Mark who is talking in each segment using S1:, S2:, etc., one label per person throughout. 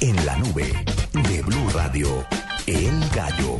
S1: en la nube de Blue Radio, El Gallo.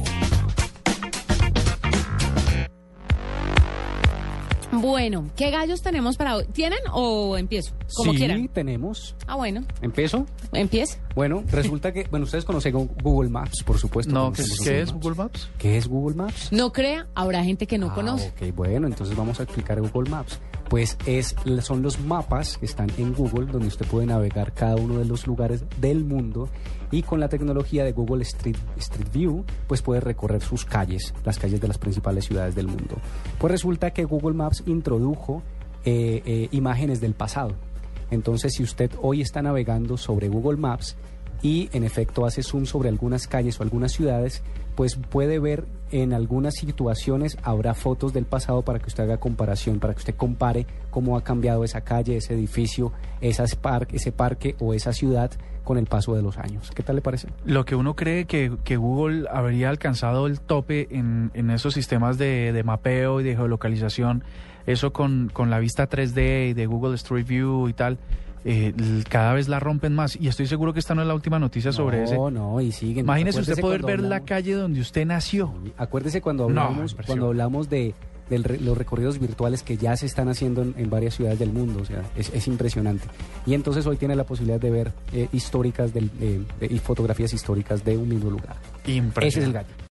S2: Bueno, ¿qué gallos tenemos para hoy? ¿Tienen o empiezo? Como
S3: sí,
S2: quieran.
S3: tenemos.
S2: Ah, bueno,
S3: ¿Empiezo?
S2: empieza.
S3: Bueno, resulta que, bueno, ustedes conocen Google Maps, por supuesto.
S4: No, ¿qué,
S3: conocemos
S4: qué es
S3: Maps.
S4: Google Maps?
S3: ¿Qué es Google Maps?
S2: No crea, habrá gente que no
S3: Ah,
S2: conoce.
S3: Ok, bueno, entonces vamos a explicar Google Maps. Pues es, son los mapas que están en Google donde usted puede navegar cada uno de los lugares del mundo y con la tecnología de Google Street, Street View pues puede recorrer sus calles, las calles de las principales ciudades del mundo. Pues resulta que Google Maps introdujo eh, eh, imágenes del pasado. Entonces si usted hoy está navegando sobre Google Maps y en efecto hace zoom sobre algunas calles o algunas ciudades, pues puede ver en algunas situaciones habrá fotos del pasado para que usted haga comparación, para que usted compare cómo ha cambiado esa calle, ese edificio, esas par- ese parque o esa ciudad con el paso de los años. ¿Qué tal le parece?
S4: Lo que uno cree que, que Google habría alcanzado el tope en, en esos sistemas de, de mapeo y de geolocalización, eso con, con la vista 3D y de Google Street View y tal, eh, l- cada vez la rompen más. Y estoy seguro que esta no es la última noticia sobre
S3: no,
S4: ese.
S3: no, y siguen.
S4: Imagínese
S3: Acuérdese
S4: usted poder
S3: cuando
S4: ver la
S3: hablamos-
S4: calle donde usted nació.
S3: Acuérdese cuando
S4: No,
S3: hablamos,
S4: impresionante.
S3: cuando hablamos de del re- los recorridos virtuales que ya se están haciendo en, en varias ciudades del mundo, o sea, es, es impresionante. Y entonces hoy tiene la posibilidad de eh, ver eh, históricas del- de- de- y fotografías históricas de un mismo lugar.
S4: Impresionante.
S3: Ese es el gallo.